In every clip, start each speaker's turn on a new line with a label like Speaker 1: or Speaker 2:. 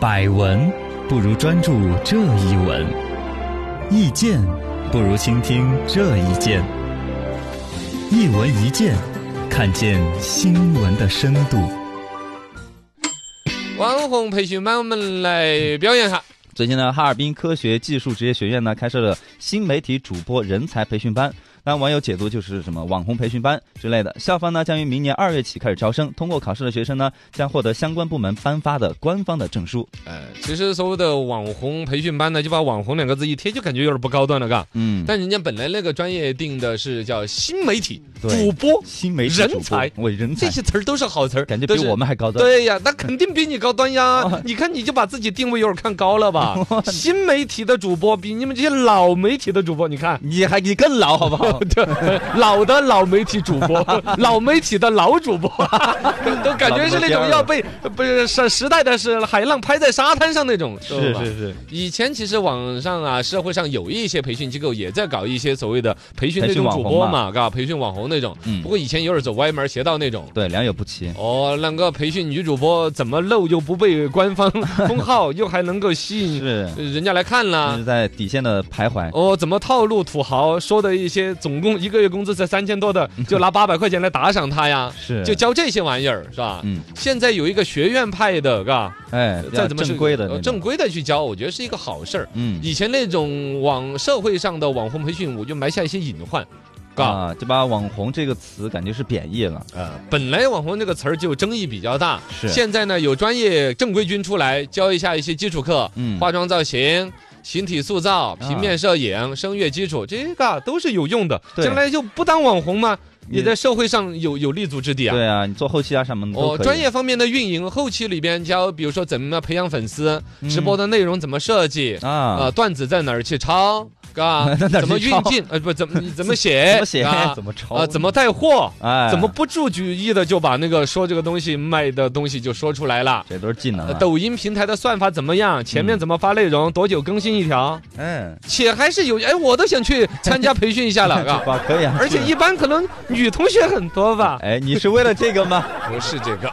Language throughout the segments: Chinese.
Speaker 1: 百闻不如专注这一闻，意见不如倾听这一见。一闻一见，看见新闻的深度。
Speaker 2: 网红培训班，我们来表演一下。
Speaker 3: 最近呢，哈尔滨科学技术职业学院呢开设了新媒体主播人才培训班。那网友解读就是什么网红培训班之类的。校方呢将于明年二月起开始招生，通过考试的学生呢将获得相关部门颁发的官方的证书。
Speaker 2: 呃，其实所谓的网红培训班呢，就把“网红”两个字一贴，就感觉有点不高端了，嘎。
Speaker 3: 嗯，
Speaker 2: 但人家本来那个专业定的是叫新媒体
Speaker 3: 对
Speaker 2: 主播，
Speaker 3: 新媒体
Speaker 2: 人
Speaker 3: 主播
Speaker 2: 才
Speaker 3: 为人才
Speaker 2: 这，些词儿都是好词儿，
Speaker 3: 感觉
Speaker 2: 都
Speaker 3: 比
Speaker 2: 是
Speaker 3: 我。们还哦高端。
Speaker 2: 对呀，那肯定比你高端呀！你看，你就把自己定位有点看高了 吧？新媒体的主播比你们这些老媒体的主播，你看，
Speaker 3: 你还你更老好不好？
Speaker 2: 对，老的老媒体主 播，老媒体的老主播， 都都感觉是那种要被啊不是时时代的是海浪拍在沙滩上那种，
Speaker 3: 是
Speaker 2: 吧
Speaker 3: 是是，
Speaker 2: 以前其实网上啊，社会上有一些培训机构也在搞一些所谓的培训那
Speaker 3: 培训
Speaker 2: 种
Speaker 3: 网
Speaker 2: 主
Speaker 3: 红
Speaker 2: 播
Speaker 3: 嘛
Speaker 2: 嘛，嘎，培训网红那种。
Speaker 3: 嗯
Speaker 2: 不过以前有点走歪门邪道那种。
Speaker 3: 对，良莠不齐。
Speaker 2: 哦，那个培训女主播怎么露又不被官方 封号，又还能够吸引
Speaker 3: 是，
Speaker 2: 人家来看
Speaker 3: 就
Speaker 2: 啦
Speaker 3: 是？在底线的徘徊。
Speaker 2: 嗯啊哦，怎么套路土豪说的一些总共一个月工资才三千多 的，就拿八百块钱来打赏他呀？
Speaker 3: 是，
Speaker 2: 就教这些玩意儿是吧？
Speaker 3: 嗯，
Speaker 2: 现在有一个学院派的，嘎，
Speaker 3: 哎，
Speaker 2: 再
Speaker 3: 要
Speaker 2: 怎么是
Speaker 3: 正规的那
Speaker 2: 呃
Speaker 3: 种
Speaker 2: 正规的去教，我觉得是一个好事儿。
Speaker 3: 嗯
Speaker 2: 以前那种网社会上的网红培训，我就埋下一些隐患，嘎。
Speaker 3: 啊，就把网红这个词感觉是贬义了。
Speaker 2: 呃，本来网红这个词儿就争议比较大，
Speaker 3: 是
Speaker 2: 现在呢有专业正规军出来教一下一些基础课，
Speaker 3: 嗯啊
Speaker 2: 化妆造型。形体塑造、平面摄影、声乐基础，这个都是有用的。
Speaker 3: 对
Speaker 2: 将来就不当网红嘛，
Speaker 3: 你
Speaker 2: 也在社会上有有立足之地啊。
Speaker 3: 对啊，你做后期啊什么的都
Speaker 2: 哦，
Speaker 3: 可以。
Speaker 2: 专业方面的运营，后期里边教，比如说怎么培养粉丝，
Speaker 3: 嗯
Speaker 2: 直播的内容怎么设计，
Speaker 3: 啊，
Speaker 2: 呃，，段子在哪儿去抄，嘎
Speaker 3: 在哪儿去
Speaker 2: 怎么运
Speaker 3: 抄
Speaker 2: 镜，呃，不，怎么你怎么
Speaker 3: 怎
Speaker 2: 写，
Speaker 3: 么写哎
Speaker 2: 啊，
Speaker 3: 怎么抄
Speaker 2: 啊，怎么带货，
Speaker 3: 哎，
Speaker 2: 怎么不注举意的就把那个说这个东西卖的东西就说出来了。
Speaker 3: 这都是技能
Speaker 2: 呃
Speaker 3: 啊。
Speaker 2: 抖音平台的算法怎么样？前面
Speaker 3: 嗯
Speaker 2: 怎么发内容？多久更新一条？
Speaker 3: 嗯，
Speaker 2: 且还是有哎，我都想去参加培训一下 了，嘎。
Speaker 3: 哇，可以啊。
Speaker 2: 而且一般可能女同学很多吧，
Speaker 3: 哎，你是为了哎这个吗？
Speaker 2: 不是这个，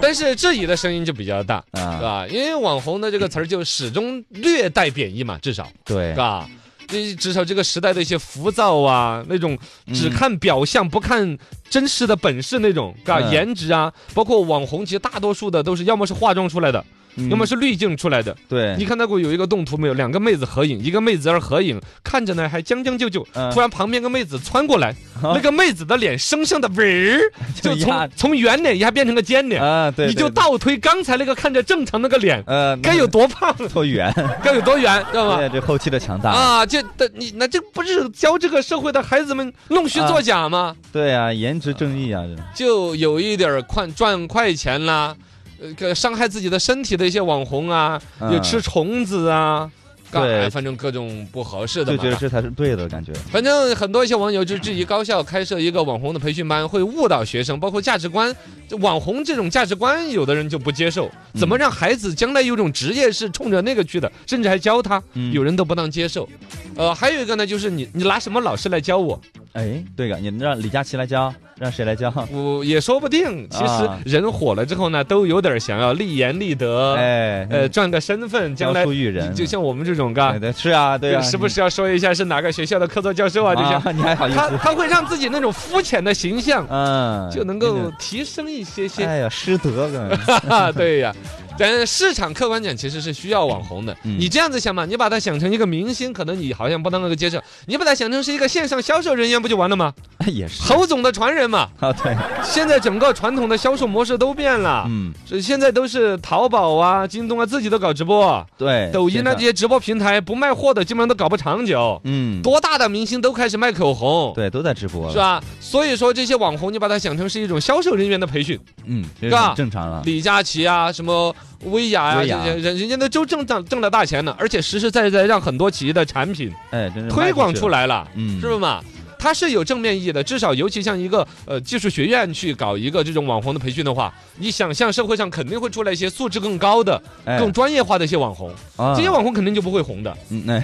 Speaker 2: 但是质疑的声音就比较大，是
Speaker 3: 啊，
Speaker 2: 吧？因为网红的这个词儿就始终略带贬义嘛，至少
Speaker 3: 对
Speaker 2: 是，啊吧？这至少这个时代的一些浮躁啊，那种
Speaker 3: 嗯
Speaker 2: 只看表象不看真实的本事那种，嘎、
Speaker 3: 嗯
Speaker 2: 颜值啊，包括网红，其实大多数的都是要么是化妆出来的，要
Speaker 3: 那
Speaker 2: 么是滤镜出来的。
Speaker 3: 嗯对
Speaker 2: 你看到过有一个动图没有？两个妹子合影，一个妹子在那儿合影，看着呢还将将就就，
Speaker 3: 嗯哦
Speaker 2: 突然旁边个妹子窜过来，那个妹子的脸生生的纹儿， 就
Speaker 3: 压
Speaker 2: 从从圆脸一下变成个尖脸，
Speaker 3: 啊，对，
Speaker 2: 你就
Speaker 3: 到
Speaker 2: 倒推刚才那个看着正常那个脸，
Speaker 3: 呃
Speaker 2: 该有多胖，
Speaker 3: 多远？
Speaker 2: 该有多圆，知道吗？
Speaker 3: 对，这后期的强大。
Speaker 2: 啊，这的你那这不是教这个社会的孩子们弄虚作假吗？
Speaker 3: 对啊，颜值正义啊，这
Speaker 2: 就有一点儿快赚快钱啦，呃，个伤害自己的身体的一些网红啊，
Speaker 3: 嗯
Speaker 2: 有吃虫子啊，干
Speaker 3: 对
Speaker 2: 哎反正各种不合适的
Speaker 3: 就
Speaker 2: 嘛
Speaker 3: 觉。得这才是对的感觉。
Speaker 2: 反正很多一些网友就质疑高校开设一个网红的培训班会误导学生，包括价值观。就网红这种价值观，有的人就不接受。
Speaker 3: 嗯
Speaker 2: 怎么让孩子将来有种职业是冲着那个去的，甚至还教他？
Speaker 3: 嗯
Speaker 2: 有人都不当接受。呃，还有一个呢，就是你你拿什么老师来教我？
Speaker 3: 哎，对个，你让李佳琦来教，让谁来教？
Speaker 2: 我也说不定。其实
Speaker 3: 啊
Speaker 2: 人火了之后呢，都有点想要立言立德，
Speaker 3: 哎，
Speaker 2: 呃，赚个身份，将来
Speaker 3: 教书育人啊
Speaker 2: 就像我们这种
Speaker 3: 对
Speaker 2: 嘎，
Speaker 3: 对是啊，对啊，
Speaker 2: 时不时要说一下是哪个学校的客座教授啊，这些，
Speaker 3: 啊，你还好意
Speaker 2: 他
Speaker 3: 思？
Speaker 2: 他会让自己那种肤浅的形象
Speaker 3: 嗯，
Speaker 2: 就能够提升一些些。
Speaker 3: 哎呀，失 德了。
Speaker 2: 啊，对呀。但市场客观讲，其实是需要网红的。
Speaker 3: 嗯
Speaker 2: 你这样子想嘛，你把它想成一个明星，可能你好像不当那个接受；你把它想成是一个线上销售人员，不就完了吗？
Speaker 3: 也是。
Speaker 2: 侯总的传人嘛。
Speaker 3: 啊，对，
Speaker 2: 现在整个传统的销售模式都变了，
Speaker 3: 嗯，
Speaker 2: 这现在都是淘宝啊、京东啊自己都搞直播，
Speaker 3: 对，
Speaker 2: 抖音啊
Speaker 3: 呢
Speaker 2: 这，些直播平台不卖货的，基本上都搞不长久。
Speaker 3: 嗯，
Speaker 2: 多大的明星都开始卖口红，
Speaker 3: 对，都在直播了，
Speaker 2: 是？吧？所以说这些网红，你把它想成是一种销售人员的培训。
Speaker 3: 嗯，这
Speaker 2: 是
Speaker 3: 是
Speaker 2: 吧
Speaker 3: 很正常了。
Speaker 2: 李佳琦啊，什么薇娅啊，
Speaker 3: 薇娅
Speaker 2: 这些人人家都都挣挣挣了大钱了，而且实实在在让很多企业的产品
Speaker 3: 哎，真是
Speaker 2: 推广出
Speaker 3: 来，
Speaker 2: 来了，
Speaker 3: 嗯，
Speaker 2: 是不是嘛？它是有正面意义的，至少尤其像一个呃技术学院去搞一个这种网红的培训的话，你想象社会上肯定会出来一些素质更高的、
Speaker 3: 哎
Speaker 2: 更专业化的一些网红，
Speaker 3: 啊
Speaker 2: 这些网红肯定就不会红的。
Speaker 3: 嗯，哎，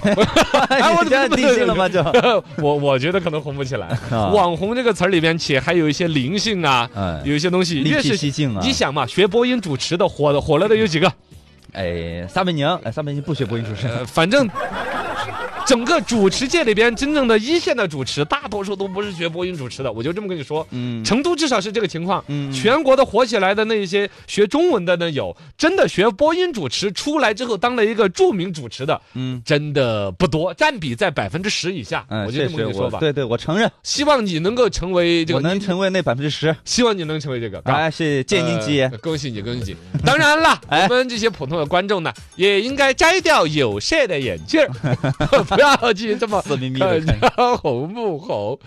Speaker 3: 哎
Speaker 2: 我怎么
Speaker 3: 这样
Speaker 2: 这么
Speaker 3: 定性了吗？就
Speaker 2: 我我觉得可能红不起来。
Speaker 3: 啊
Speaker 2: 网红这个词儿里边，且还有一些灵性啊，
Speaker 3: 哎，
Speaker 2: 有一些东西
Speaker 3: 另
Speaker 2: 越
Speaker 3: 辟
Speaker 2: 是
Speaker 3: 蹊径啊，
Speaker 2: 你想嘛，学播音主持的火的火了的有几个？
Speaker 3: 哎，撒贝宁，哎，撒贝宁不学播音主持，
Speaker 2: 呃，反正整个主持界里边，真正的一线的主持，大多数都不是学播音主持的。我就这么跟你说，
Speaker 3: 嗯，
Speaker 2: 成都至少是这个情况。
Speaker 3: 嗯
Speaker 2: 全国的火起来的那些学中文的呢，有真的学播音主持出来之后当了一个著名主持的，
Speaker 3: 嗯
Speaker 2: 真的不多，占比在百分之十以下。
Speaker 3: 嗯，
Speaker 2: 我就
Speaker 3: 确
Speaker 2: 这么
Speaker 3: 实
Speaker 2: 跟你说
Speaker 3: 我，
Speaker 2: 吧。
Speaker 3: 对对，我承认，
Speaker 2: 希望你能够成为这
Speaker 3: 我
Speaker 2: 个，
Speaker 3: 能成为那百分之十，
Speaker 2: 希望你能成为这个。嘎
Speaker 3: 哎，是建英基
Speaker 2: 呃，恭喜你，恭喜你！当然了，
Speaker 3: 哎
Speaker 2: 我们这些普通的观众呢，也应该摘掉有 色的眼镜儿，不要去这么呃
Speaker 3: 色眯眯的看。
Speaker 2: 红不红。